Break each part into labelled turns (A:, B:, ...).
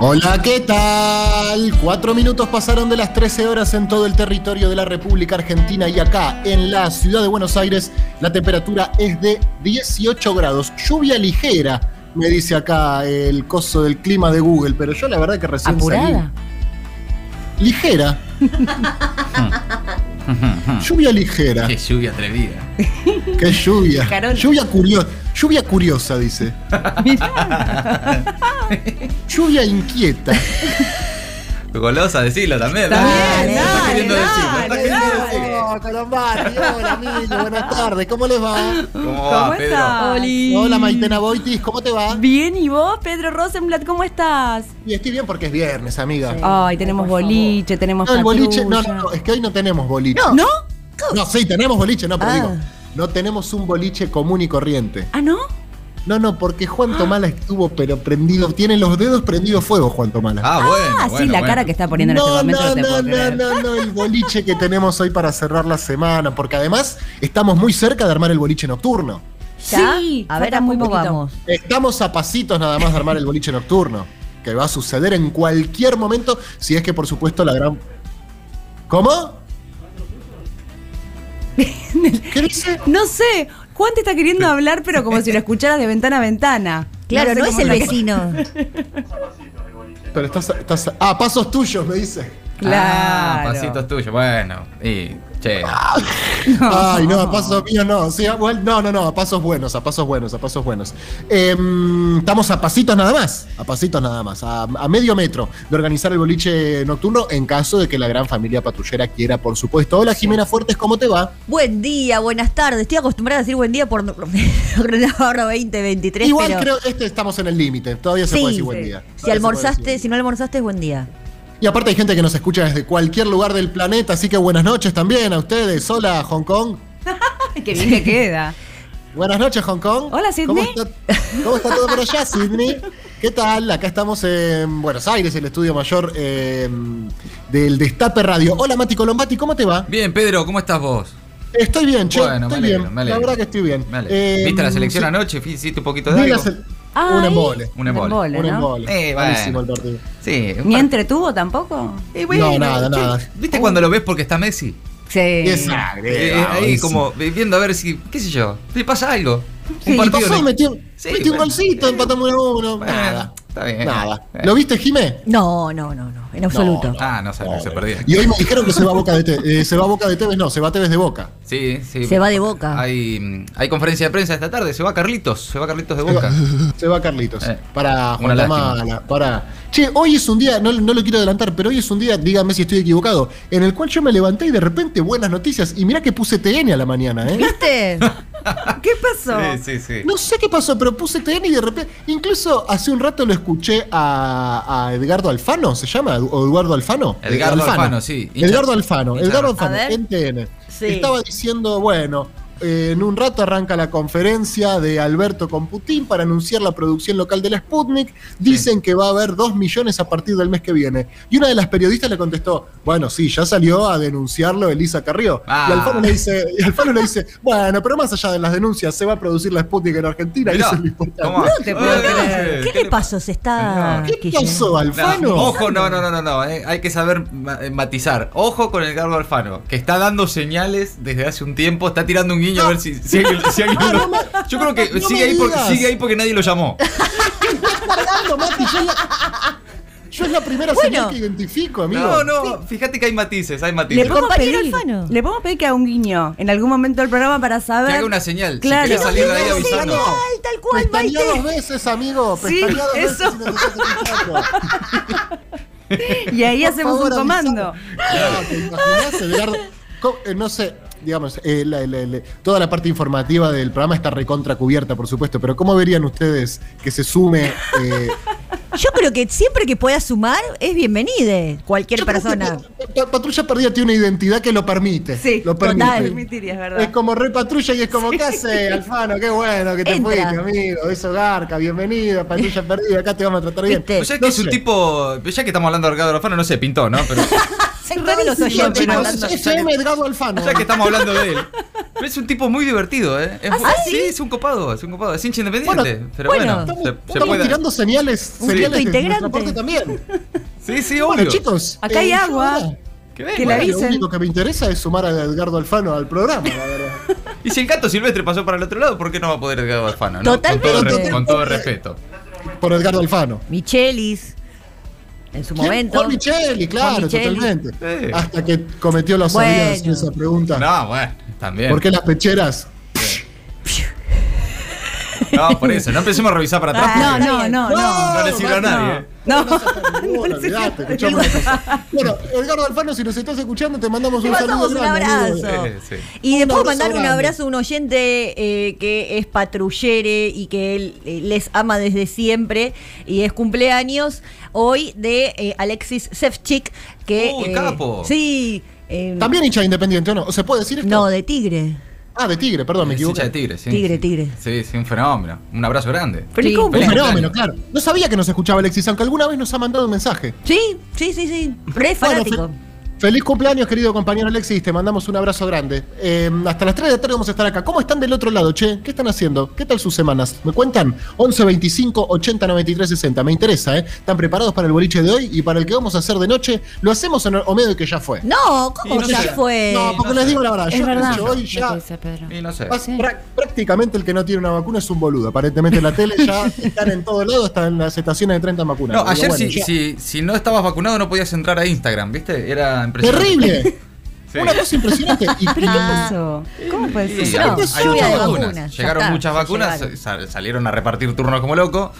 A: Hola, ¿qué tal? Cuatro minutos pasaron de las 13 horas en todo el territorio de la República Argentina y acá, en la ciudad de Buenos Aires, la temperatura es de 18 grados. Lluvia ligera, me dice acá el coso del clima de Google, pero yo la verdad que recién
B: Apurada.
A: salí. Ligera. Lluvia ligera.
C: Qué lluvia atrevida.
A: Qué lluvia.
B: Carol.
A: Lluvia curiosa. Lluvia curiosa, dice. Lluvia inquieta.
C: Golosa, decilo también.
B: También,
C: Está
B: dale,
C: queriendo decirlo, está
B: dale,
C: queriendo
B: dale.
C: decirlo.
A: Oh, Colombati, hola, amigo, buenas tardes, ¿cómo les va?
C: ¿Cómo Ah,
B: ¿Cómo
C: va, Pedro?
B: estás?
D: Oli.
A: Hola, Maitena Boitis, ¿cómo te va?
D: Bien, ¿y vos, Pedro Rosenblatt, cómo estás?
A: Y estoy bien porque es viernes, amiga.
D: Ay,
B: Ay,
D: tenemos
B: por
D: boliche, tenemos
A: No, el boliche, no,
D: patrulla.
A: no, es que hoy no tenemos boliche.
D: ¿No?
A: No, sí, tenemos boliche, no, pero
D: Ah.
A: digo, no tenemos un boliche común y corriente.
D: ¿Ah, no?
A: No, no, porque Juan Tomala estuvo, pero prendido, tiene los dedos prendidos fuego, Juan Tomala.
C: Ah, bueno.
D: Ah, sí,
C: bueno,
D: la
C: bueno.
D: cara que está poniendo en este momento no, te
A: no,
D: puedo
A: no,
D: creer.
A: no, no, el boliche que tenemos hoy para cerrar la semana, porque además estamos muy cerca de armar el boliche nocturno.
B: ¿Ya?
D: Sí,
B: a ver
D: falta
B: a
D: muy
B: cómo
D: poquito.
B: vamos.
A: Estamos a pasitos nada más de armar el boliche nocturno, que va a suceder en cualquier momento, si es que por supuesto la gran... ¿Cómo? ¿Qué dice?
D: No sé, Juan te está queriendo hablar, pero como si lo escucharas de ventana a ventana.
B: Claro,
D: sé
B: no es
D: cómo
B: el
D: lo-
B: vecino.
A: Pero estás, estás... Ah, pasos tuyos, me dice.
C: Ah,
D: Claro.
C: pasitos tuyos. Bueno, y che.
A: Ay, no, a pasos míos no. Sí, ah, bueno, no, no, no, a pasos buenos, a pasos buenos, a pasos buenos. Em, estamos a pasitos nada más, a pasitos nada más, a, a medio metro de organizar el boliche nocturno en caso de que la gran familia patrullera quiera, por supuesto. Hola Jimena Fuertes, ¿cómo te va?
B: Buen día, buenas tardes. Estoy acostumbrada a decir buen día por ahora 2023.
A: Igual
B: pero
A: creo que este estamos en el límite, todavía se
B: sí,
A: puede decir buen día. Todavía se
B: Si
A: puede decir buen
B: almorzaste,
A: día.
B: si no almorzaste, es buen día.
A: Y aparte hay gente que nos escucha desde cualquier lugar del planeta, así que buenas noches también a ustedes. Hola Hong Kong.
D: Ay, qué bien que queda.
A: Buenas noches, Hong Kong.
D: Hola,
A: ¿Cómo
D: Sydney.
A: está, cómo está todo por allá, Sydney? ¿Qué tal? Acá estamos en Buenos Aires, el estudio mayor eh, del Destape Radio. Hola, Mati Colombati, ¿cómo te va?
C: Bien, Pedro, ¿cómo estás vos?
A: Estoy bien, che.
C: Bueno, me
A: estoy
C: alegro,
A: bien.
C: me alegro.
A: La verdad que estoy bien.
C: Vale.
A: Eh,
C: ¿Viste la selección
A: sí,
C: anoche? ¿Hiciste un poquito de
A: vi la
C: algo?
A: se- un
D: Ay,
A: embole.
C: Un embole.
D: embole,
A: Un
D: ¿no?
A: embole.
C: Eh,
A: Malísimo
C: bueno.
A: el partido.
C: Sí.
D: ¿Ni entretuvo tampoco?
C: Eh, bueno,
A: No, nada, nada.
C: ¿Viste cuando lo ves porque está Messi?
D: Sí.
A: Exacto.
C: Eh,
A: Ah,
C: ahí
A: buenísimo.
C: como eh, viendo a ver si, qué sé yo, le pasa algo.
A: Y pasó,
C: en el-
A: metió,
C: Sí,
A: metió un
C: bueno.
A: golcito, empatamos uno a uno.
C: Bueno,
A: nada.
C: está bien.
A: Nada.
C: Eh.
A: ¿Lo viste, Jimé?
B: No, no, no, no, en absoluto.
A: No,
C: Ah, no sé, se perdió.
A: Y hoy me dijeron que se va a Boca de Tevez. Eh, se va a Boca de Tevez, no, se va a Tevez de Boca.
C: Sí, sí.
B: Se va de Boca.
C: Hay, mm, hay conferencia de prensa esta tarde, se va Carlitos, se va Carlitos de Boca.
A: Se va Carlitos.
C: Eh,
A: para Juan
C: una lástima.
A: Tamala, para. Che, hoy es un día, no, no lo quiero adelantar, pero hoy es un día, dígame si estoy equivocado, en el cual yo me levanté y de repente buenas noticias. Y mirá que puse TN a la mañana, ¿eh?
B: ¿Viste?
D: ¿Qué pasó?
C: Sí, sí, sí.
A: No sé qué pasó, pero puse TN y de repente. Incluso hace un rato lo escuché a, a Edgardo Alfano, ¿se llama? ¿O Eduardo Alfano?
C: Edgardo Alfano, sí. Hincha-
A: Edgardo Alfano,
C: hincha
A: Edgardo
B: roja.
A: Alfano,
B: A ver.
A: en TN.
B: Sí.
A: Estaba diciendo, bueno, eh, en un rato arranca la conferencia de Alberto con Putin para anunciar la producción local de la Sputnik. Dicen que va a haber dos millones a partir del mes que viene. Y una de las periodistas le contestó, bueno, sí, ya salió a denunciarlo Elisa Carrió.
C: Ah.
A: Y Alfano le dice, y Alfano le dice, bueno, pero más allá de las denuncias, se va a producir la Sputnik en Argentina, y
C: Mirá,
A: eso es lo importante.
C: ¿cómo?
D: No te puedo
C: Eh,
D: creer.
B: ¿Qué le pasó? Se está.
C: No.
A: ¿Qué
B: Kirchner.
A: pasó, Alfano?
C: No, ojo, no, no, no, no, no, eh, hay que saber ma- eh, matizar. Ojo con Edgardo Alfano, que está dando señales desde hace un tiempo, está tirando un guiño a ver si, si alguien- si alguien lo- Yo creo que
A: no me
C: sigue, ahí porque,
A: digas.
C: sigue ahí porque nadie lo llamó.
A: Parando, Mati, yo es la, yo es la primera señal
B: Bueno.
A: que identifico, amigo.
C: No, no, fíjate que hay matices, hay matices.
D: Le podemos,
B: compañero
D: pedir,
B: Alfano.
D: le podemos pedir que haga un guiño en algún momento del programa para saber.
C: Que haga una señal.
D: Claro.
C: Si querés salir de ahí
B: Sí,
A: Avisando.
B: tal
C: avisando.
B: cual, tal cual,
A: Pestañeá
B: Maite.
A: dos veces, amigo.
D: Sí,
A: Pestañeá dos veces
D: eso.
A: y no te estás escuchando.
D: Y ahí
A: Por
D: hacemos
A: favor,
D: un comando.
A: avisá. No, ¿te imaginás, Edgardo? Co- eh, No sé, digamos, eh, la- la- la- toda la parte informativa del programa está recontra cubierta, por supuesto, pero ¿cómo verían ustedes que se sume? eh,
B: Yo creo que siempre que pueda sumar es bienvenida cualquier
A: yo creo que
B: persona.
A: Pa- Pa- Patrulla Perdida tiene una identidad que lo permite.
D: Sí,
A: lo
D: total.
A: permite.
D: Permitiría, es verdad.
A: Es como re patrulla y es como, ¿qué hace, Alfano? Qué bueno que te
B: Entra.
A: fuiste, amigo. Eso, Garca, bienvenido, Patrulla Perdida, acá te vamos a tratar bien.
B: Viste.
C: Pues ya que
A: No
C: es un
A: sé.
C: tipo. pues Ya que estamos hablando de Edgardo Alfano, no sé, pintó, ¿no? Pero
B: Todos los
D: rarísimo,
A: Bien,
B: oyentes
A: chicos,
B: hablando.
A: FM Edgardo Alfano.
C: ya que estamos hablando de él. Pero es un tipo muy divertido, ¿eh? Es,
B: ¿Ah, sí?
C: sí, es un copado, es un copado. Es hincha independiente.
A: Bueno,
C: pero bueno,
B: bueno,
C: se-
A: Estamos,
C: se,
A: estamos
C: puede.
A: tirando señales,
B: Un
A: señales
B: grito
A: de
B: integrante.
A: nuestra parte también.
C: Sí, sí, obvio.
A: Bueno, chicos. eh,
D: Acá hay agua.
A: yo ahora-
C: Que venga.
D: Que la
A: ahora lo
D: avisen.
A: único que me interesa es sumar a Edgardo Alfano al programa, la verdad.
C: Y si el gato silvestre pasó para el otro lado, ¿por qué no va a poder Edgardo Alfano? no?
B: Totalmente.
C: Con todo, re- con todo respeto.
A: Por Edgardo Alfano.
B: Michelis. En su
A: ¿Quién?
B: momento.
A: Juan Micheli, claro,
B: Juan Micheli.
A: totalmente.
C: Sí.
A: Hasta que cometió los
B: Bueno.
A: oídos en esa pregunta.
C: No, bueno, también.
A: ¿Por qué las pecheras?
C: No, por eso. No empecemos a revisar para atrás.
A: Ah,
D: No,
C: porque
D: no, no, no.
C: no le sirve a nadie. ¿eh?
D: No.
A: Bueno, olvidate, escuchame una cosa. Bueno, Edgardo Alfano, si nos estás escuchando, te mandamos
B: Te
A: un saludo.
B: mandamos un
A: grande, amigo.
B: abrazo.
C: Eh, sí.
B: Y después
A: abrazo
B: mandar un
A: grande.
B: abrazo a un oyente eh, que es patrullere y que él eh, les ama desde siempre y es cumpleaños hoy de eh, Alexis Sefchik que
C: Uy,
B: eh,
C: capo.
B: sí eh,
A: También hincha de independiente, ¿o no? ¿O se puede decir esto?
B: no de Tigre
A: Ah, de Tigre, perdón, me
C: Es
A: equivoqué.
C: hincha de tigre, sí.
B: Tigre tigre
C: Sí, sí, un fenómeno. Un abrazo grande.
D: Feliz
B: Sí.
D: cumple.
A: Un
C: Feliz
A: fenómeno,
C: cumpleaños.
A: claro. No sabía que nos escuchaba Alexis, aunque alguna vez nos ha mandado un mensaje.
B: sí sí sí sí
A: Bueno,
B: re fanático
A: fe- feliz cumpleaños, querido compañero Alexis. Te mandamos un abrazo grande. Eh, hasta las 3 de la tarde vamos a estar acá. ¿Cómo están del otro lado, che? ¿Qué están haciendo? ¿Qué tal sus semanas? ¿Me cuentan? 11 25 80 93 60. Me interesa, ¿eh? ¿Están preparados para el boliche de hoy y para el que vamos a hacer de noche? ¿Lo hacemos en Omedo que ya fue?
B: no
C: Y
B: cómo
C: no
B: ya
C: sé.
B: fue
A: no, porque
C: no
A: les
C: sé.
A: digo la verdad.
D: Es
A: yo,
D: verdad.
A: yo hoy ya.
C: Y no sé.
A: pas- prá- prácticamente el que no tiene una vacuna es un boludo. Aparentemente la tele ya están en todo lado, están en las estaciones de 30 vacunas.
C: No, ayer si,
A: sí.
C: si, si no estabas vacunado no podías entrar a Instagram, ¿viste? Era impresionante.
A: ¡Terrible!
C: Sí.
A: Una cosa impresionante. Y,
D: ¿Pero qué
A: y-
D: pasó?
A: Ah.
D: ¿Cómo puede
C: Sí,
D: ser?
C: hay-
D: No.
C: hay muchas
B: Lluvia de
C: vacunas.
B: vacunas, ya
C: Llegaron
B: está,
C: muchas
B: ya
C: vacunas,
B: llegaron.
C: sal- salieron a repartir turnos como loco.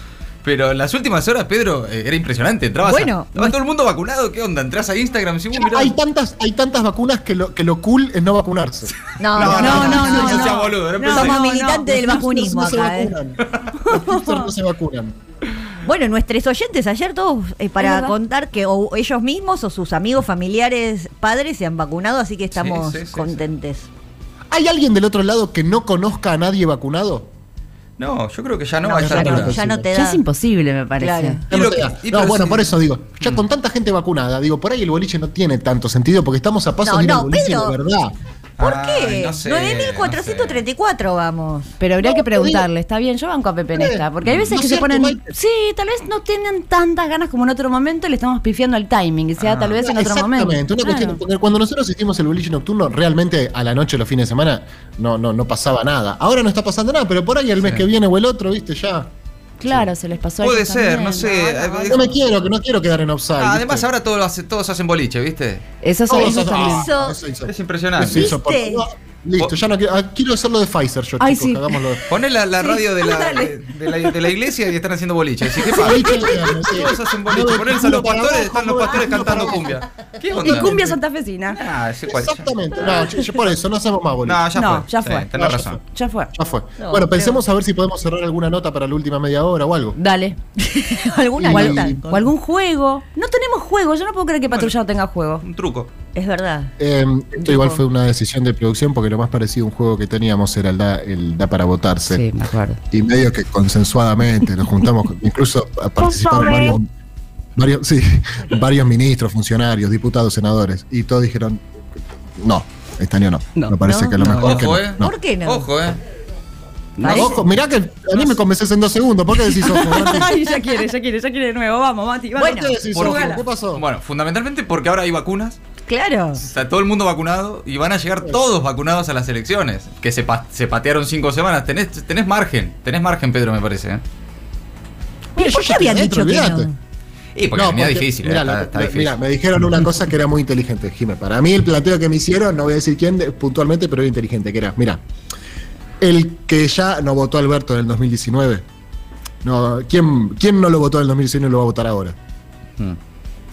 C: Pero en las últimas horas, Pedro, eh, era impresionante. Entrabas a-
D: Bueno,
C: estaba todo el mundo vacunado, ¿qué onda? Entrás a Instagram, sí, mirá.
A: Hay tantas, hay tantas vacunas que lo, que lo cool es no vacunarse.
B: no
C: No, no, no,
D: no,
C: no,
D: no.
C: sea boludo, no empecé.
B: somos
D: no, no.
B: militantes del
A: Los
B: vacunismo
A: hipsters
B: acá eh.
A: no se vacunan. Los hipsters no se vacunan.
B: Bueno, nuestros oyentes ayer todos eh,
D: Es
B: para
D: verdad.
B: contar que o ellos mismos o sus amigos, familiares, padres se han vacunado, así que estamos
C: sí, sí, sí.
B: contentes.
A: ¿Hay alguien del otro lado que no conozca a nadie vacunado?
C: No, yo creo que ya no,
B: No,
C: a esta
B: ya, no,
C: altura.
B: ya no te da.
D: Ya es imposible, me parece.
B: Claro.
A: Ya
C: Y
A: no
C: lo
A: se
C: que-
A: da.
C: y
A: No,
C: pero
A: bueno,
C: sí. Mm.
A: por eso digo, ya con tanta gente vacunada, digo, por ahí el boliche no tiene tanto sentido porque estamos a pasos
B: No,
A: de ir al
B: no,
A: boliche
B: Pedro.
A: de verdad.
B: ¿Por
C: Ay,
B: qué?
C: no sé,
B: 9.434 vamos.
E: Pero habría
A: No,
E: que
A: te digo-
E: preguntarle, está bien, yo banco a Pepe en
A: Eh,
E: esta, porque hay veces
A: no
E: que
A: es
E: se
A: cierto,
E: ponen,
A: Maite.
E: sí, tal vez no tienen tantas ganas como en otro momento y le estamos pifiando el timing, que sea
C: Ah,
E: tal vez en otro momento.
A: Exactamente, una cuestión de
E: Claro.
A: entender. Cuando nosotros hicimos el boliche nocturno, realmente a la noche, los fines de semana, no, no, no pasaba nada. Ahora no está pasando nada, pero por ahí el mes
C: Sí.
A: que viene o el otro, viste, ya.
E: Claro, se les pasó a
C: Puede
E: ellos
C: ser,
E: también.
C: no sé. eh,
A: No me quiero, que no quiero quedar en offside.
C: Ah, además
A: ¿viste?
C: ahora todos, lo hace- todos hacen boliche, ¿viste?
E: Eso
A: Todos
E: son ellos
A: hacen-
E: también.
A: ah,
B: Eso-
A: eso-
C: Es
A: eso-
C: impresionante.
A: eso, por-
B: ¿Viste?
A: ah, Listo, ya no quiero, ah, quiero hacerlo de Pfizer yo,
E: Ay,
A: chicos,
E: sí.
A: que hagámoslo de
C: Poné la, la radio de la,
D: dale.
C: de, de la, de la iglesia y están haciendo boliche. Así que pasa.
A: Boliche de verano, sí.
C: Todos hacen boliche. Ponés a los pastores, están los pastores cantando cumbia. ¿Qué onda?
D: Y cumbia santafesina.
C: Ah, ese cual-
A: Exactamente, no, yo- yo por eso, no hacemos más boliche.
C: No, ya
D: No,
C: fue.
D: ya
C: Sí,
D: fue.
C: tenés
A: No, ya
C: razón.
A: fue.
D: Ya fue.
A: Ya fue.
B: No,
A: bueno, pensemos a ver si podemos cerrar alguna nota para la última media hora o algo.
E: Dale.
B: Alguna
A: Y-
B: nota.
A: y-
E: O algún juego. No tenemos juego, yo no puedo creer que Patrullado tenga juego.
C: Un truco.
B: Es verdad.
A: Eh, esto igual fue una decisión de producción porque lo más parecido a un juego que teníamos era el da, el da para votarse.
E: Sí, me acuerdo.
A: y medio que consensuadamente nos juntamos, con- incluso a- participaron varios, varios, sí, varios ministros, funcionarios, diputados, senadores, y todos dijeron, no, este año no.
E: No,
A: me parece
E: no,
A: que lo
C: no.
A: mejor que
C: Ojo,
A: no,
C: eh.
A: no.
B: ¿Por qué no?
C: Ojo, eh.
A: No, ojo, mirá que a mí me convences en dos segundos, ¿por qué decís ojo? Mati?
D: Ay, ya quiere, ya quiere, ya quiere de nuevo. Vamos, Mati. vamos.
A: ¿Por qué decís
C: Por-
A: ojo? ¿Qué pasó?
C: Bueno, fundamentalmente porque ahora hay vacunas.
B: Claro.
C: Está todo el mundo vacunado y van a llegar todos vacunados a las elecciones. Que se, pa- se patearon cinco semanas. Tenés, tenés margen. Tenés margen, Pedro, me parece. ¿eh?
A: Mira,
B: ¿por
A: yo
B: qué
A: ya
B: habían
A: estoy adentro,
B: dicho que no?
A: olvidate.
C: Y porque
A: No,
C: venía
A: porque,
C: difícil. ¿eh?
A: mirá,
C: está,
A: lo-
C: está
A: lo-
C: difícil.
A: mirá, me dijeron una cosa que era muy inteligente, Jimé. Para mí el planteo que me hicieron, no voy a decir quién de- puntualmente, pero era inteligente, que era, mira, el que ya no votó a Alberto en el 2019, no, ¿quién, quién no lo votó en el 2019 y lo va a votar ahora?
C: Mm.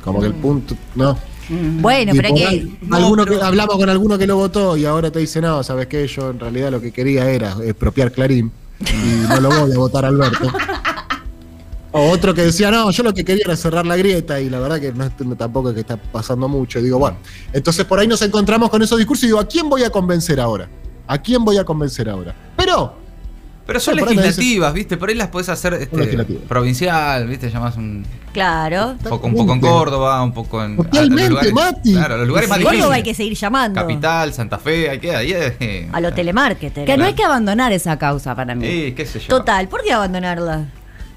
A: Como que el punto, ¿no?
B: Hmm. Bueno,
A: Y
B: pero hay
A: por
B: que.
A: ahí, alguno que- hablamos con alguno que lo votó y ahora te dice, no, ¿sabes qué? Yo en realidad lo que quería era expropiar Clarín y no lo voy a votar a Alberto. O otro que decía, no, yo lo que quería era cerrar la grieta y la verdad que no, no- tampoco es que está pasando mucho. Y Digo, bueno, entonces por ahí nos encontramos con esos discursos y digo, ¿a quién voy a convencer ahora? ¿A quién voy a convencer ahora? Pero
C: Pero son
A: No, por ahí me
C: legislativas, ¿viste? Por ahí las podés hacer este,
A: legislativa.
C: provincial, ¿viste? Llamás un
B: Claro.
C: poco, un poco en Córdoba, un poco en. a- a los
A: Totalmente,
C: lugares-
A: Mati.
C: Claro, los lugares más
B: Córdoba
C: difíciles.
B: hay que seguir llamando.
C: Ah, Capital, Santa Fe, hay que. Ahí, eh,
B: A lo telemarketer.
E: Que no hay que abandonar esa causa para mí.
C: Sí, qué sé yo.
B: Total, ¿por qué abandonarla?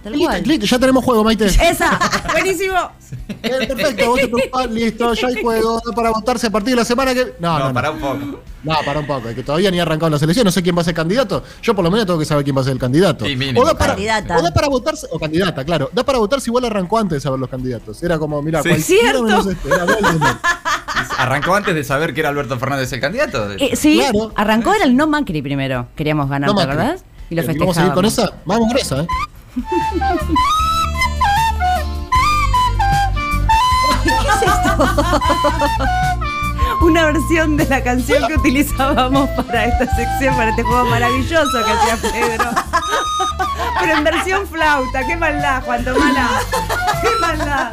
B: Tal
A: Listo,
B: cual.
A: listo, ya tenemos juego, Maite.
E: Esa.
D: Buenísimo.
A: Eh, perfecto, vos te preocupás, listo, ya hay juego para votarse a partir de la semana que. No,
C: No,
A: no, no.
C: pará un poco.
A: No, para un poco, es que todavía ni ha arrancado la selección, no sé quién va a ser candidato. Yo por lo menos tengo que saber quién va a ser el candidato.
C: Sí, mínimo,
A: o, da para,
B: Candidata.
A: o da para votarse, o candidata, claro. Da para votarse igual arrancó antes de saber los candidatos. Era como, mira,
C: Sí.
A: cualquiera
D: Cierto.
A: menos este, era Goldman.
C: Arrancó antes de saber que era Alberto Fernández el candidato. de hecho.
E: Eh, sí,
A: Claro.
E: arrancó era el no Macri primero. Queríamos ganar,
A: No,
E: ¿te
A: Macri.
E: acordás? Y lo
A: Bien, ¿Vamos a seguir
E: festejábamos.
A: con esa? Vamos con esa, ¿eh?
D: Una versión de la canción que utilizábamos para esta sección, para este juego maravilloso que hacía Pedro. Pero en versión flauta. Qué maldad, Juan Tomala. Qué maldad.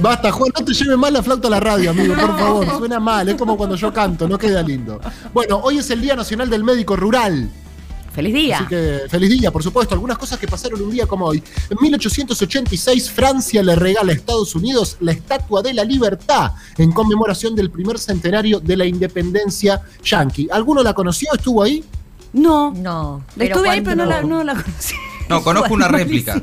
A: Basta, Juan, no te lleves mal la flauta a la radio, amigo, por favor. Suena mal, es como cuando yo canto, no queda lindo. Bueno, hoy es el Día Nacional del Médico Rural.
E: Feliz día.
A: Así que feliz día, por supuesto. Algunas cosas que pasaron un día como hoy. En 1886, Francia le regala a Estados Unidos la Estatua de la Libertad en conmemoración del primer centenario de la independencia yanqui. ¿Alguno la conoció? ¿Estuvo ahí?
D: No.
B: No.
D: Estuve ahí, pero no la,
B: ¿cuánto?
D: no la conocí.
C: No, conozco una réplica.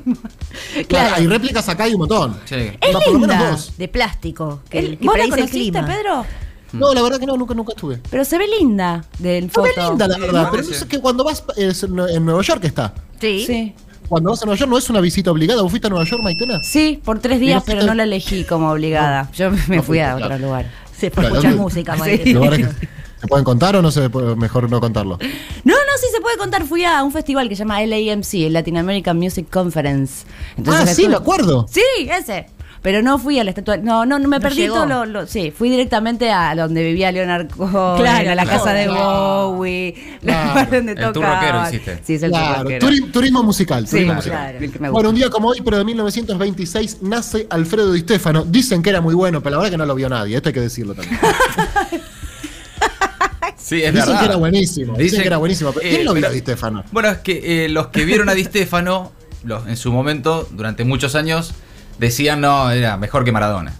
E: Claro.
A: Hay réplicas acá hay un montón.
C: Sí.
E: Es
A: No, por lo menos
E: linda.
A: dos.
B: De plástico. Que,
D: El-
B: que
D: ¿Vos la
B: predice el
D: conociste,
B: clima.
D: Pedro?
A: No, la verdad que no, nunca, nunca estuve.
E: Pero se ve linda del
A: Fue
E: foto.
A: linda, la verdad, pero
C: parece.
A: es que cuando vas es en en Nueva York está.
B: Sí.
D: Sí.
A: Cuando vas a Nueva York no es una visita obligada. ¿Vos fuiste a Nueva York, Maitena?
E: Sí, por tres días,
A: fuiste-
E: pero no la elegí como obligada. Yo me
A: No
E: fui
A: fuiste,
E: a otro
A: claro.
E: lugar.
B: Se puede
A: Claro,
B: escuchar
A: sí.
B: música,
E: Sí.
B: Maite.
A: Lugares que- ¿Se pueden contar o no se puede- mejor no contarlo?
E: No, no, sí se puede contar. Fui a un festival que se llama LAMC, el Latin American Music Conference.
A: ah, sí, me
E: lo
A: acuerdo.
E: Sí, ese. Pero no fui a la estatua. No, no, no me
B: No
E: perdí
B: llegó.
E: todo lo, lo- Sí, fui directamente a donde vivía Leonard Cohen,
B: Claro,
E: a la
B: claro.
E: casa de
A: Claro.
E: Bowie,
A: Claro.
E: la parte donde
C: El tour
E: toca.
C: rockero hiciste.
E: Sí, es el tour
A: Claro,
E: rockero.
A: turi- turismo musical.
E: Sí,
A: turismo
E: claro,
A: musical.
E: el que me gusta.
A: Bueno, un día como hoy, pero de 1926, nace Alfredo Di Stefano. Dicen que era muy bueno, pero la verdad que no lo vio nadie. Esto hay que decirlo también.
C: Sí,
A: Dicen
C: es verdad.
A: que era buenísimo. Dicen, que era buenísimo. Pero ¿Quién
C: eh,
A: lo vio a
C: pero-
A: Di Stefano?
C: Bueno, es que eh, los que vieron a Di Stefano, los, en su momento, durante muchos años, decían no, era mejor que Maradona.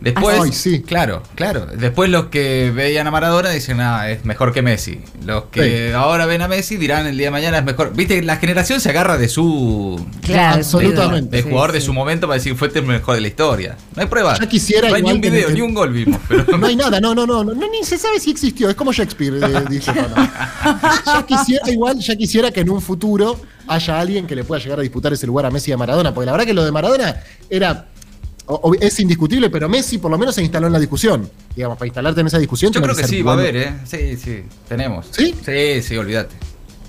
C: Después,
A: Ay, sí.
C: claro, claro. Después los que veían a Maradona dicen, ah, es mejor que Messi. Los que
A: Sí.
C: ahora ven a Messi dirán el día de mañana es mejor. Viste, la generación se agarra de su
E: Claro,
A: Absolutamente.
C: del
E: sí,
C: jugador de
E: sí.
C: su momento para decir fue el mejor de la historia. No hay pruebas.
A: Ya quisiera
C: no hay ni
A: igual
C: un
A: que
C: video,
A: me-
C: ni un gol vimos. Pero
A: No hay nada, no, no, no, no, no, ni se sabe si existió, es como Shakespeare, eh, Di Stefano. Ya quisiera, igual, ya quisiera que en un futuro haya alguien que le pueda llegar a disputar ese lugar a Messi y a Maradona, porque la verdad que lo de Maradona era, o- o- es indiscutible, pero Messi por lo menos se instaló en la discusión. Digamos, para instalarte en esa discusión.
C: yo
A: tenés
C: creo
A: que
C: que
A: ser
C: sí, va a
A: jugando-
C: haber, ¿eh? Sí, sí, tenemos.
A: ¿Sí?
C: Sí, sí, olvídate.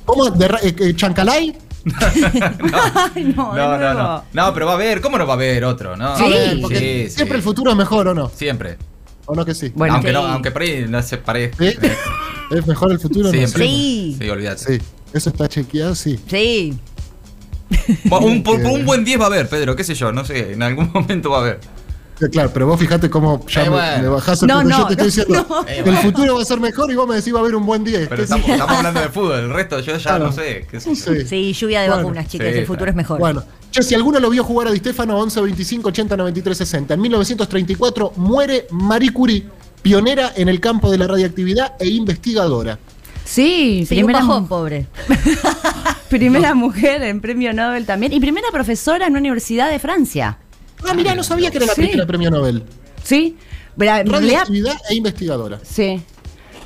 A: ¿Cómo? De, ra- eh, eh, ¿Chancalay?
D: Ay, no, de
C: No, no,
D: nuevo.
C: no. No, pero va a haber, ¿cómo no va a haber otro? No,
A: A ver, porque
C: sí,
A: siempre
C: sí.
A: el futuro es mejor, ¿o no?
C: Siempre.
A: ¿O no que sí?
E: Bueno,
C: aunque,
E: sí.
C: no, aunque por ahí no se parezca.
A: ¿Sí? ¿Es mejor el futuro? o No?
C: Siempre.
B: Sí.
C: Sí, olvídate.
A: Sí. Eso está chequeado, sí.
B: Sí.
C: Bueno, Un, por- un buen 10 va a haber, Pedro, qué sé yo, no sé, en algún momento va a haber.
A: Eh, Claro, pero vos fijate cómo ya
C: Eh,
A: me,
C: bueno.
A: me bajás el
D: No,
A: punto. Yo
D: no,
A: te estoy diciendo,
D: no.
C: Eh,
A: el
C: bueno.
A: futuro va a ser mejor y vos me decís va a haber un buen Este, 10.
C: Pero estamos, estamos hablando de fútbol, el resto yo ya
A: Claro.
C: no sé. qué sé yo.
A: Sí.
B: Sí, lluvia de
A: Bueno,
B: vacunas, chicas.
C: sí,
B: el futuro
C: está.
B: es mejor.
A: Bueno, che, si alguno lo vio jugar a Di Stefano, 11, 25, 80, 93, 60. En 1934 muere Marie Curie, pionera en el campo de la radioactividad e investigadora.
E: Sí,
B: Sí,
E: primera,
B: un bajón,
E: mu-
B: pobre.
E: primera mujer en premio Nobel también. Y primera profesora en una universidad de Francia.
A: Ah, mirá, no sabía que era la
E: Sí.
A: primera premio Nobel.
E: Sí. Pero, en realidad,
A: Radioactividad e investigadora.
E: Sí.
A: Mirá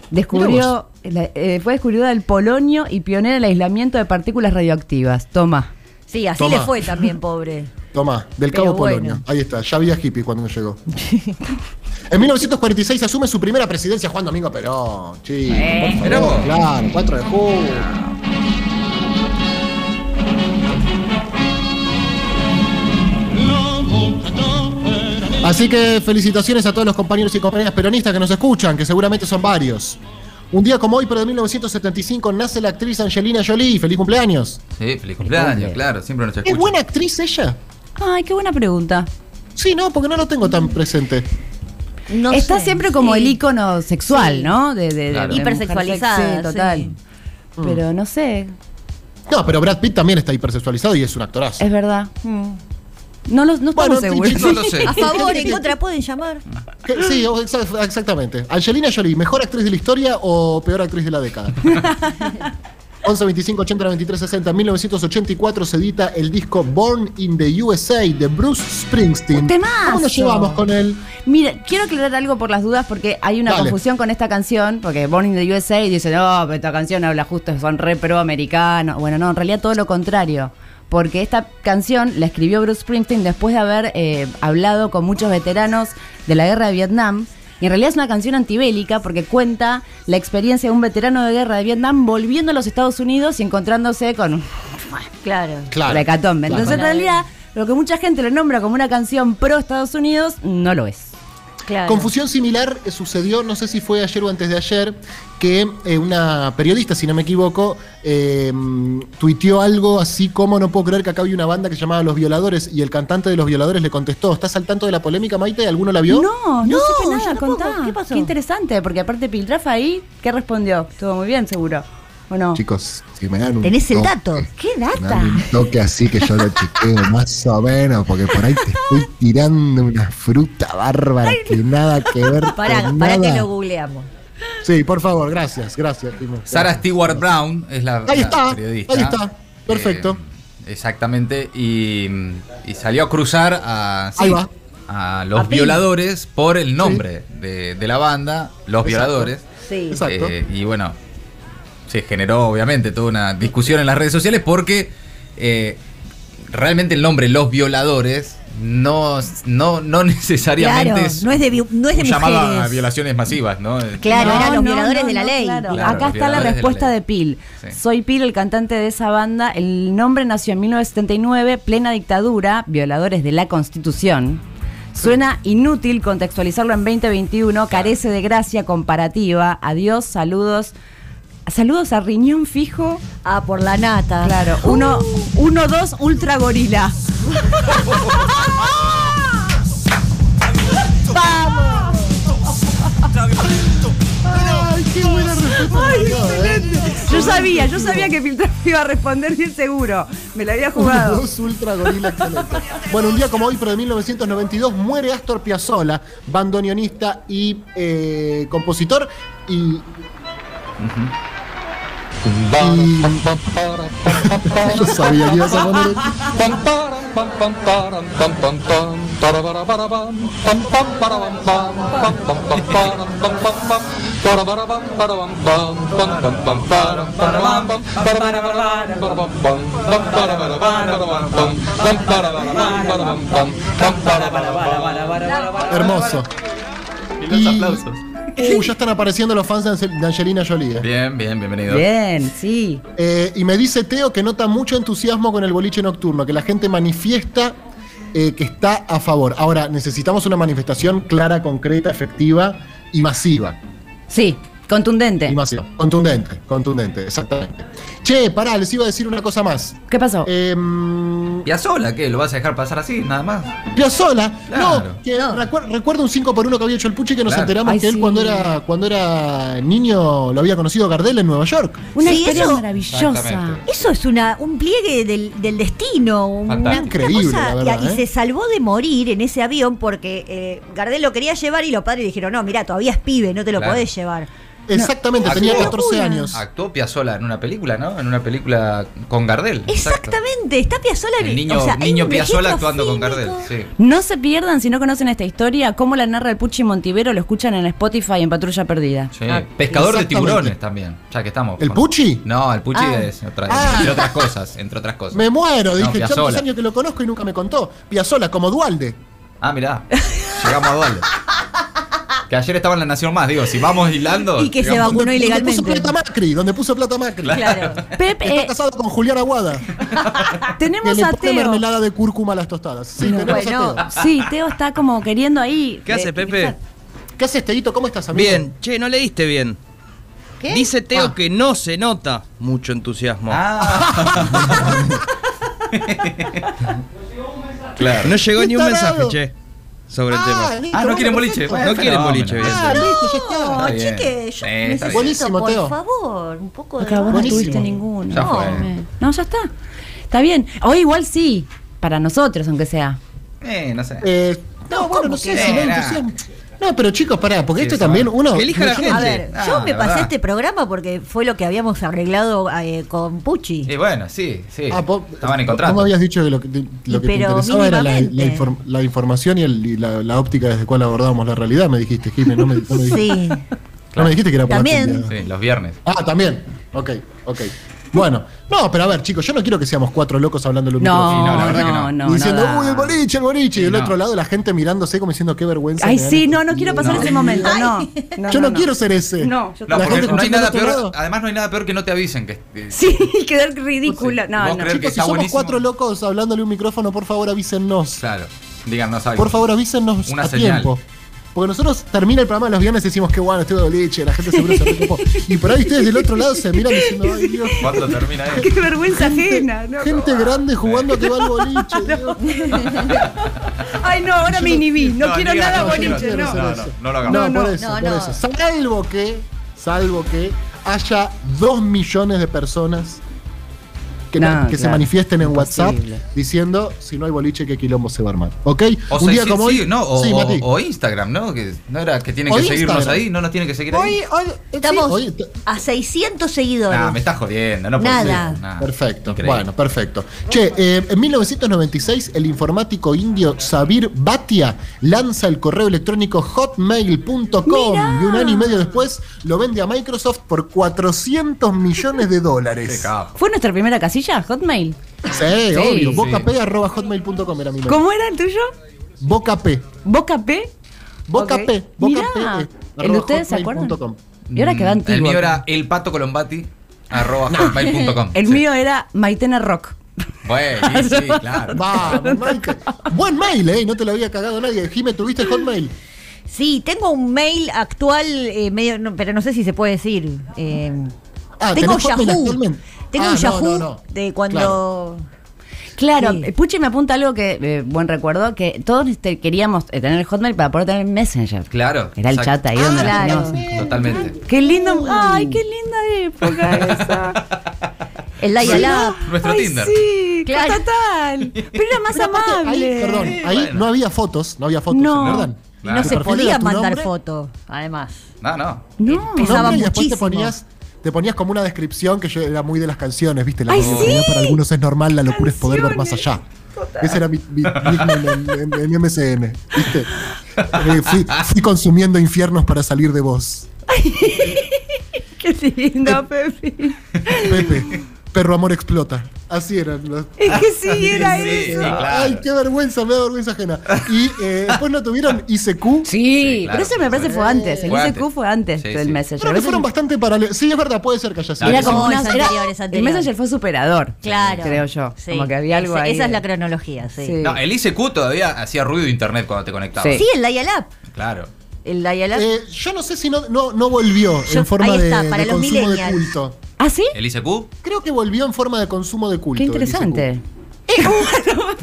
E: Descubrió, la- eh, fue descubridora del polonio y pionera en el aislamiento de partículas radioactivas. Toma.
B: Sí, así
A: Toma.
B: le fue también, pobre.
A: Tomá, del
B: Pero
A: Cabo
B: bueno.
A: Polonio. Ahí está, ya había hippie cuando llegó. En 1946 asume su primera presidencia Juan Domingo Perón. Chico, por
C: Mirá
A: favor,
C: vos.
A: claro, 4 de julio. Así que felicitaciones a todos los compañeros y compañeras peronistas que nos escuchan, que seguramente son varios. Un día como hoy, pero de 1975, nace la actriz Angelina Jolie. ¡Feliz cumpleaños!
C: Sí, feliz cumpleaños, claro, siempre nos
A: ¿Es
C: escuchan.
A: buena actriz ella?
E: Ay, qué buena pregunta.
A: Sí, no, porque no lo tengo tan presente.
B: No
E: Está
B: sé.
E: siempre como
B: Sí.
E: el ícono sexual, ¿no? De, de- de- de
C: Claro.
E: mujer
B: Hipersexualizada,
E: sexy, total.
B: sí.
E: Pero no sé,
A: No, pero Brad Pitt también está hipersexualizado y es un actorazo.
E: es verdad. Mm. No, los, no
A: Bueno,
E: estamos seguros.
A: pinche,
C: No lo sé.
B: A favor, en contra, pueden llamar.
A: Que- Sí, o- exa- exactamente. Angelina Jolie, ¿mejor actriz de la historia o peor actriz de la década? 11, 25, 80, 93, 60. En 1984 se edita el disco Born in the USA de Bruce Springsteen.
E: Un temazo.
A: ¿Cómo nos llevamos con él?
E: Mira, quiero aclarar algo por las dudas porque hay una
A: Dale.
E: confusión con esta canción, porque Born in the USA dice, no, pero esta canción habla justo, son re proamericanos. Bueno, no, en realidad todo lo contrario. Porque esta canción la escribió Bruce Springsteen después de haber eh, hablado con muchos veteranos de la guerra de Vietnam. Y en realidad es una canción antibélica porque cuenta la experiencia de un veterano de guerra de Vietnam volviendo a los Estados Unidos y encontrándose con
B: Claro.
A: Claro.
E: la hecatombe.
A: Claro.
E: Entonces, en realidad, lo que mucha gente lo nombra como una canción pro Estados Unidos, no lo es.
B: claro.
A: Confusión similar eh, sucedió, no sé si fue ayer o antes de ayer, que eh, una periodista, si no me equivoco, eh, tuiteó algo así como no puedo creer que acá había una banda que se llamaba Los Violadores y el cantante de Los Violadores le contestó, ¿estás al tanto de la polémica, Maite? ¿Alguno la vio?
E: No, no,
B: No,
E: supe
B: yo
E: nada,
B: tampoco.
E: contá.
B: ¿Qué pasó?
E: interesante, porque aparte Piltrafa ahí, ¿qué respondió? Estuvo muy bien, seguro. ¿O no?
A: Chicos, si me dan un
B: Tenés el
A: toque,
B: dato. ¿Qué
A: me dan un toque así que yo lo chequeo más o menos, porque por ahí te estoy tirando una fruta bárbara que nada que ver
B: Pará,
A: con
B: pará que
A: nada.
B: lo googleamos.
A: Sí, por favor, gracias, gracias. Timo.
C: Sara
A: Gracias.
C: Stewart Brown es la,
A: Ahí
C: la
A: está,
C: periodista.
A: ahí está, perfecto.
C: Eh, exactamente. Y, y salió a cruzar a,
A: Ahí va.
C: a los
B: A Pink.
C: violadores por el nombre de, de la banda, Los Violadores.
B: Sí.
A: Exacto.
C: Eh, y bueno, se generó obviamente toda una discusión en las redes sociales porque eh, realmente el nombre Los Violadores no, no, no necesariamente
B: Claro, no es de vi- no es de
C: un llamado a
B: mujeres.
C: violaciones masivas, ¿no? Eh,
B: Claro,
E: No,
B: eran los
E: no,
B: violadores
E: no,
B: de la
E: no,
B: ley.
E: claro.
C: Claro,
E: Acá
C: los
E: está la
C: violadores de la
E: respuesta
C: ley.
E: de, Pil.
C: Sí.
E: Soy Pil, el cantante de esa banda. El nombre nació en 1979, plena dictadura, violadores de la Constitución. Suena inútil contextualizarlo en 2021, carece de gracia comparativa. Adiós, saludos. Saludos a Riñón Fijo.
B: Ah, por la nata. Uh.
E: Claro, uno, uno, dos, ultra gorila.
A: ¡Ay, qué buena respuesta!
E: Yo sabía, yo sabía que Piltrafa iba a responder bien seguro. Me la había jugado.
A: Dos ultra gorila excelente. Bueno, un día como hoy, pero de 1992, muere Astor Piazzolla, bandoneonista y eh, compositor. Y. y- Yo sabía que ibas a poner esto. Hermoso.
C: Y los aplausos.
A: Uh, ya están apareciendo los fans de Angel- de Angelina Jolie. eh.
C: Bien, bien, bienvenido.
E: Bien, sí.
A: Eh, y me dice Teo que nota mucho entusiasmo con el boliche nocturno, que la gente manifiesta eh, que está a favor. Ahora, necesitamos una manifestación clara, concreta, efectiva y masiva.
E: Sí, contundente.
A: Y masiva. Contundente, contundente, exactamente. Che, pará, les iba a decir una cosa más.
E: ¿Qué pasó?
A: Eh, Em,
C: ¿Y a sola qué? ¿Lo vas a dejar pasar así, nada más?
A: Piazzola,
C: Claro.
A: no, que recuer- recuerdo un 5 por 1 que había hecho el Puchi que nos
C: Claro.
A: enteramos
E: Ay,
A: que él
E: sí.
A: cuando era cuando era niño lo había conocido Gardel en Nueva York.
E: Una
B: Sí,
E: historia
B: eso-
E: maravillosa.
C: Exactamente.
B: Eso es una, un pliegue del, del destino. Una, una
C: Fantástico.
A: Increíble, la
B: cosa,
A: verdad,
B: y, y
A: ¿eh?
B: se salvó de morir en ese avión porque eh, Gardel lo quería llevar y los padres dijeron: No, mira, todavía es pibe, no te lo
C: Claro.
B: podés llevar.
A: Exactamente, tenía
C: Qué
A: 14
B: locura.
A: años.
C: Actuó Piazzola en una película, ¿no? En una película con Gardel. exacto.
B: Exactamente, está Piazzola en
C: El niño,
B: o sea, hay
C: niño
B: un
C: Piazzola
B: registro
C: actuando con
B: fílmico.
C: Gardel, sí.
E: No se pierdan si no conocen esta historia, cómo la narra el Puchi Montivero, lo escuchan en Spotify en Patrulla Perdida.
C: Sí.
A: Ah,
C: Pescador de
A: exactamente.
C: tiburones también, ya que estamos.
A: ¿El Puchi?
C: No, el Puchi
E: Ah.
C: es otra,
A: Ah.
C: entre otras cosas, entre otras cosas.
A: Me muero,
C: No,
A: dije, ya
C: Piazzolla.
A: hace años que lo conozco y nunca me contó. Piazzola, como Dualde.
C: Ah, mirá, llegamos a Dualde. Que ayer estaba en la Nación Más, digo, si vamos hilando.
B: Y que se
C: llegamos-
B: vacunó
A: Donde-
B: ilegalmente.
A: Donde puso plata Macri, donde puso plata Macri.
B: Claro.
E: Pep,
A: Está
E: eh,
A: casado con Julián Aguada. Que
E: tenemos
A: le
E: a
A: pone
E: Teo.
A: mermelada de cúrcuma a las tostadas. Sí,
E: No.
A: tenemos a
B: Bueno.
A: Teo.
E: Sí, Teo está como queriendo ahí.
F: ¿Qué hace,
E: eh,
F: Pepe?
A: ¿Qué haces, Teito? ¿Cómo estás, amigo?
F: Bien, che, no leíste bien.
B: ¿Qué?
F: Dice Teo
A: Ah.
F: que no se nota mucho entusiasmo.
C: Ah. claro.
F: No llegó ni un
A: Está
F: mensaje,
A: dado.
F: che. sobre el
A: Ah,
F: tema.
A: listo,
C: Ah, no
A: bueno,
C: quieren boliche.
A: perfecto.
F: No quieren
C: Fenómeno.
F: boliche, bien.
A: Ah, listo, ya está.
B: No,
C: Está bien.
B: chiques,
C: Sí,
B: yo
C: está
B: necesito,
A: bien. Buenísimo,
B: por
A: Teo.
B: favor, un poco de.
E: Porque vos no
A: Buenísimo.
E: tuviste ninguno.
C: Ya
E: no,
C: fue.
E: eh. No, ya está. Está bien. O igual sí, para nosotros, aunque sea.
C: Eh, no sé.
A: Eh, no, bueno, no sé
C: que
A: si no,
C: era?
A: entusiasmo. No, pero chicos, pará, porque
C: Sí,
A: esto
C: son-
A: también uno.
F: Que elija la
A: imagínate,
B: A
F: gente.
B: ver,
C: Ah,
B: yo me
C: la
B: pasé
C: verdad.
B: este programa porque fue lo que habíamos arreglado eh, con Pucci.
C: Y bueno, sí, sí.
A: Ah, vos-
C: Estaban en contrato.
A: vos me habías dicho que lo que, te- lo que te
B: Pero
A: interesaba era la, la
B: mínimamente.
A: inform- la información y, el- y la, la óptica desde cual abordábamos la realidad, me dijiste, Jimmy. No me, no me dijiste,
B: Sí.
A: no me dijiste que era por
B: También.
A: actividad.
C: Sí, los viernes.
A: Ah, también. Ok, ok. Bueno, no, pero a ver, chicos, yo no quiero que seamos cuatro locos hablando de un
E: No,
A: micrófono.
C: no, la
E: no,
C: verdad que
E: no,
C: no.
E: no.
A: y diciendo,
E: da.
A: uy, el boliche, el boliche. Y
C: Sí,
A: del
C: no.
A: otro lado, la gente mirándose como diciendo, qué vergüenza.
D: Ay,
A: me dan
D: sí,
A: estos
D: no, no quiero pasar
C: No.
D: ese momento, no.
A: yo no, quiero ser ese.
D: No, yo
A: La
C: No,
D: tampoco.
C: porque
A: gente
C: no hay
A: escuchando
C: nada
A: del
C: peor.
A: otro lado.
C: Además, no hay nada peor que no te avisen. Que, eh,
D: Sí, quedar ridícula. No,
C: Vos
D: no.
C: creer que
A: Chicos, si
C: está
A: somos
C: buenísimo.
A: cuatro locos hablándole a un micrófono, por favor avísennos.
C: Claro. Díganos algo.
A: Por favor avísennos
C: Una
A: a
C: señal.
A: tiempo. Porque nosotros termina el programa los viernes y decimos que bueno, estoy de leche, la gente seguro se preocupó. Y por ahí ustedes del otro lado se miran diciendo, ay Dios,
C: ¿Cuándo termina
D: Qué
C: esto?
D: vergüenza ajena. no.
A: gente grande jugando a que va al boliche. Dios.
D: Ay, no, ahora me inhibí. No, quiero
C: diga,
D: nada
A: no, quiero,
D: boliche,
A: quiero
D: no.
A: ser
C: No,
A: ese.
C: no, no lo hagamos.
A: No,
D: No,
A: por
D: no,
A: eso,
B: no,
A: por
B: no.
A: eso. Salvo que, salvo que haya dos millones de personas que,
E: No,
A: que
E: claro.
A: se manifiesten en
E: Imposible.
A: WhatsApp diciendo si no hay boliche, qué quilombo se va a armar. ¿Ok?
C: O,
A: Un
C: se-
A: día
C: sí,
A: como
C: sí,
A: hoy.
C: no, o,
A: Sí,
C: o-
A: Mati.
C: o Instagram, ¿no? Que no era que tienen
A: O
C: que seguirnos
A: Instagram.
C: ahí, no nos tienen que seguir ahí.
B: Estamos
A: Sí, hoy t-
B: a 600 seguidores.
C: Nah, me estás jodiendo, no puede
B: Nada.
C: ser, nah.
A: Perfecto,
C: Increíble.
A: bueno, perfecto. Che, eh, en 1996 el informático indio Sabir Bhatia lanza el correo electrónico hotmail.com y un año y medio después lo vende a Microsoft por 400 millones de
C: Qué
A: dólares.
C: capo.
E: ¿Fue nuestra primera casilla? Hotmail.
A: Sí,
E: Sí.
A: obvio.
E: Sí.
A: Bocap.hotmail.com era mi nombre.
D: ¿Cómo era el tuyo?
A: Bocap.
E: ¿Boca P?
A: Bocap.
E: Ok. Mirá.
A: Bocap.
E: ¿El de ustedes se acuerdan?
A: hotmail.com.
E: Y ahora queda antiguo.
C: Mm, El mío era elpatocolombati arroba hotmail.com.
E: El
C: Sí.
E: mío era Maitena Rock.
C: Bueno, sí, sí, claro.
A: Vamos, Maite. Buen mail, ¿eh? No te lo había cagado nadie. Jime, ¿tuviste Hotmail?
B: Sí, tengo un mail actual, eh, medio, no, pero no sé si se puede decir. eh,
A: Ah,
B: tengo
A: ¿tenés Hotmail
B: Yahoo.
A: actualmente?
B: Tengo
A: Ah,
B: un
A: no,
B: Yahoo
A: no, no.
B: de cuando.
E: Claro,
B: Sí.
E: Puchi me apunta algo que, eh, buen recuerdo, que todos este, queríamos eh, tener Hotmail para poder tener Messenger.
C: Claro.
E: Era el
C: exacto.
E: chat ahí
A: Ah,
E: donde la
B: claro.
E: teníamos.
C: Totalmente.
E: Qué lindo, ay, qué linda época esa.
B: El Dial Up.
C: Nuestro
D: Ay,
C: Tinder.
D: Sí,
B: Claro.
D: total. Pero era más
A: Pero aparte,
D: amable.
A: Ahí, perdón,
C: Eh,
A: ahí
C: bueno.
A: no había fotos, no había fotos,
E: No.
A: ¿se acuerdan?
B: Y
C: Claro.
B: no se
A: Tu perfil
B: podía
A: era tu
B: mandar
A: nombre,
B: foto, además.
C: No, no.
E: No.
A: tu
B: Pesaba
A: nombre, y después te
B: muchísimo.
A: ponías, te ponías como una descripción que yo era muy de las canciones, ¿viste? La
D: Ay,
A: popularidad
D: sí.
A: para algunos es normal, la locura es poder ver más allá. Ese era mi, mi nickname en, en- en MSN, ¿viste? Eh, fui, fui consumiendo infiernos para salir de vos.
D: Qué lindo, Pepi.
A: Pepe, perro amor explota. Así eran los,
D: Es que sí, era
C: Sí,
D: eso.
C: claro.
A: Ay, qué vergüenza, me da vergüenza ajena. Y eh, después no tuvieron ICQ.
E: Sí,
C: claro,
E: pero eso me parece
C: sí.
E: fue antes. El
C: Fue
E: ICQ
C: antes.
E: fue antes
C: Sí,
E: del
C: sí.
E: Messenger.
A: Creo
E: A
A: que
E: veces
A: fueron bastante paralelos. Sí, es verdad, puede ser que haya sido.
C: Claro
E: Era
C: que
E: como
B: sí.
E: una,
B: No, es
E: era-
B: anterior, es
E: el
B: anterior.
E: Messenger fue superador.
B: Claro.
E: Creo yo.
B: Sí.
E: Como que había algo
B: Ese-
E: ahí.
B: Esa es
E: de-
B: la cronología, sí.
E: Sí.
C: No, el ICQ todavía hacía ruido internet cuando te conectabas.
E: Sí.
B: Sí, el Dial Up.
C: Claro.
B: El Dial Up.
A: Eh, yo no sé si no, no, no volvió
B: Yo-
A: en forma
B: ahí está,
A: de,
B: para
A: de
B: los
A: consumo de
B: millennials.
A: culto.
E: ¿Ah, sí?
C: El ICQ.
A: Creo que volvió en forma de consumo de Eh, culto.
E: Qué interesante.
A: el ICQ.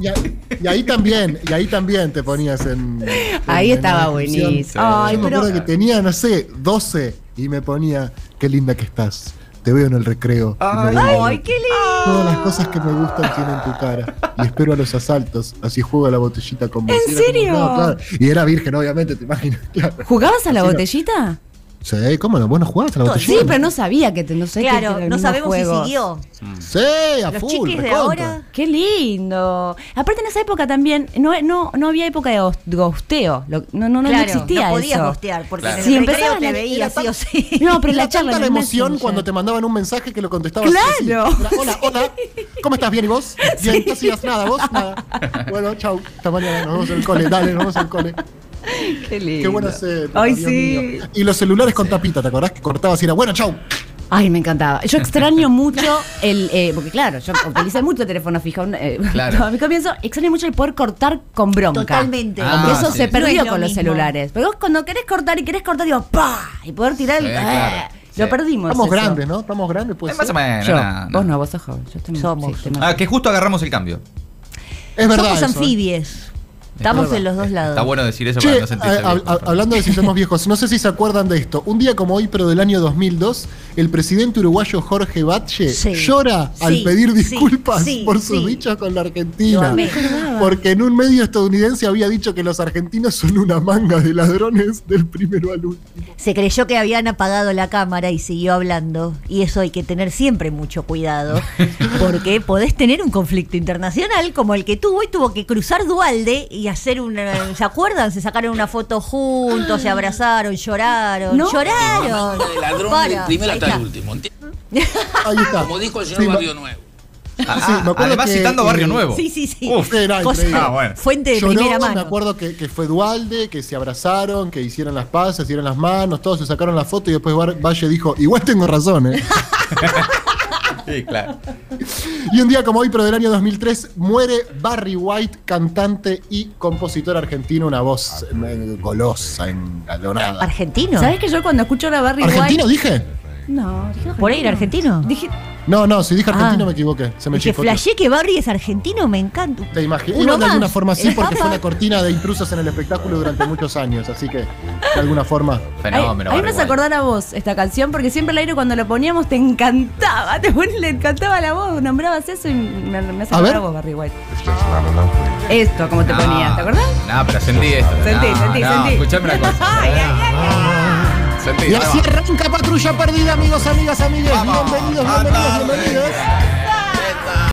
A: Y, a- y ahí también, y ahí también te ponías en. en-
E: Ahí
A: en
E: estaba
A: la descripción.
E: buenísimo.
A: Yo
E: Ay,
A: me
E: pero
A: acuerdo que tenía, no sé, 12 y me ponía, qué linda que estás. Te veo en el recreo. y me veo en el
B: ¡Ay, qué lindo!
A: Todas las cosas que me gustan tienen tu cara. Y espero a los asaltos. Así juego a la botellita con vos.
D: ¿En
A: Y era como,
D: serio?
A: "No, claro". Y era virgen, obviamente, te imaginas. Claro.
E: ¿Jugabas a la
A: Así no.
E: botellita?
A: Sí, ¿cómo no? ¿Vos no jugabas a la
E: Sí,
A: botellita?
E: pero no sabía que te, Ah, no sé que
B: Claro,
E: era el
B: no
E: mismo
B: sabemos
E: juego.
B: si siguió.
A: Mm. Sí, a
B: Los
A: full.
B: chiquis de
A: recontra.
B: ahora.
E: Qué lindo. Aparte en esa época también no no no había época de ghost- gosteo, Lo- no no no, no
B: claro,
E: existía
B: no podías
E: eso.
B: gostear, porque
C: Claro.
B: en el
E: Si
B: recreo
E: empezabas
B: te
E: la-
B: veía
E: era
B: sí o sí.
E: No, pero
A: Era
E: la charla
A: tanta
E: en
A: la
E: el
A: emoción
E: Messenger.
A: cuando te mandaban un mensaje que lo contestabas. así,
E: Claro.
A: así. Hola, hola, ¿Cómo estás? ¿Bien y vos? Bien, no hacías nada, vos nada. Bueno, chau. Hasta mañana, nos vamos al cole. Dale, nos vamos al cole.
E: Qué lindo.
A: Qué buena se.
D: Ay, sí.
A: Y los celulares con tapita, ¿te acordás? Que cortabas y era, bueno, chau.
E: Ay, me encantaba. Yo extraño mucho el. eh, porque claro, yo utilicé mucho el teléfono fijo. un, eh,
C: Claro.
E: no, a mi comienzo, extraño mucho el poder cortar con bronca.
B: Totalmente.
C: Ah,
E: Porque eso
C: sí.
E: se perdió
B: No es lo
E: con los
B: mismo.
E: celulares. Pero vos cuando querés cortar y querés cortar, digo, ¡pa! Y poder tirar el.
C: Sí,
E: ¡ah!
C: claro.
E: Lo
C: Sí.
E: perdimos.
A: Estamos
E: eso.
A: grandes, ¿no? Estamos grandes, pues.
C: Eh, más o menos.
E: Yo,
C: nah,
E: vos
C: nah.
E: no, vos sos joven. Yo estoy-
B: Somos.
E: sí, estoy más-
C: Ah, que justo agarramos el cambio.
A: Es verdad.
B: Somos
A: eso, ¿eh?
B: anfibies. Estamos en los dos lados.
C: Está bueno decir eso
A: Che,
C: para no sentirse
A: hab-
C: viejo.
A: hab- hablando de si somos viejos, no sé si se acuerdan de esto. Un día como hoy, pero del año 2002, el presidente uruguayo Jorge Batlle
B: Sí.
A: llora al
B: Sí,
A: pedir
B: sí,
A: disculpas
B: sí,
A: por sus
B: sí.
A: dichos con la
B: Lo
A: Argentina.
B: amé.
A: Porque en un medio estadounidense había dicho que los argentinos son una manga de ladrones del primero al último.
B: Se creyó que habían apagado la cámara y siguió hablando. Y eso hay que tener siempre mucho cuidado. Porque podés tener un conflicto internacional como el que tuvo y tuvo que cruzar Dualde y hacer una. ¿Se acuerdan? Se sacaron una foto juntos, se abrazaron, lloraron.
E: No.
B: ¡Lloraron!
G: de ladrón
B: Para,
G: del primero
B: ahí
G: hasta el
B: está.
G: último. ¿entiendes?
A: Ahí está.
G: Como dijo el
A: Sí,
G: señor
A: ma-
G: Barrio Nuevo.
C: Ah,
A: sí, me acuerdo
C: además
A: que,
C: citando Barrio
A: eh,
C: Nuevo.
B: Sí, sí, sí.
C: Uf,
A: era
B: Cosa-
A: increíble.
C: Ah, bueno.
B: Fuente de
A: Lloró,
B: primera mano.
A: Me acuerdo que, que fue Dualde, que se abrazaron, que hicieron las paces, dieron las manos, todos se sacaron la foto y después Bar- Valle dijo, igual tengo razón, ¿eh?
C: sí, claro.
A: Y un día como hoy, pero del año 2003, muere Barry White, cantante y compositor argentino, una
C: Ah,
A: voz eh, golosa, engalonada.
B: ¿Argentino?
E: ¿Sabes que yo cuando escucho la Barry
A: ¿Argentino
E: White.
A: dije?
E: No, dije
B: Por ahí era argentino.
E: Dije,
A: No, no, si dije argentino
B: Ah.
A: me equivoqué, se me
B: Dije,
A: chicoteó.
B: flashé que Barry es argentino, me encanta.
A: Te imagino.
B: Uno
A: Igual de
B: más.
A: alguna forma sí,
B: El
A: porque fue
B: Papa.
A: la cortina de intrusos en el espectáculo durante muchos años, así que de alguna forma.
C: Fenómeno.
E: Ay, a mí
C: Barry
E: me hace
C: White.
E: acordar a vos esta canción porque siempre al aire cuando lo poníamos te encantaba, te pon- le encantaba la voz, nombrabas eso y me, me hace
A: A
E: acordar
A: ver.
E: a vos, Barry White. Esto, como te ponía, ¿te acordás?
C: No, pero sentí esto.
E: Sentí,
C: Ah. no,
E: sentí,
C: no,
E: sentí.
C: Escuchame una cosa. Sentí.
A: Y así
C: no.
A: arranca Patrulla Perdida, amigos, amigas, amigues.
C: Vamos,
A: bienvenidos, bienvenidos,
C: Patrulla.
A: bienvenidos.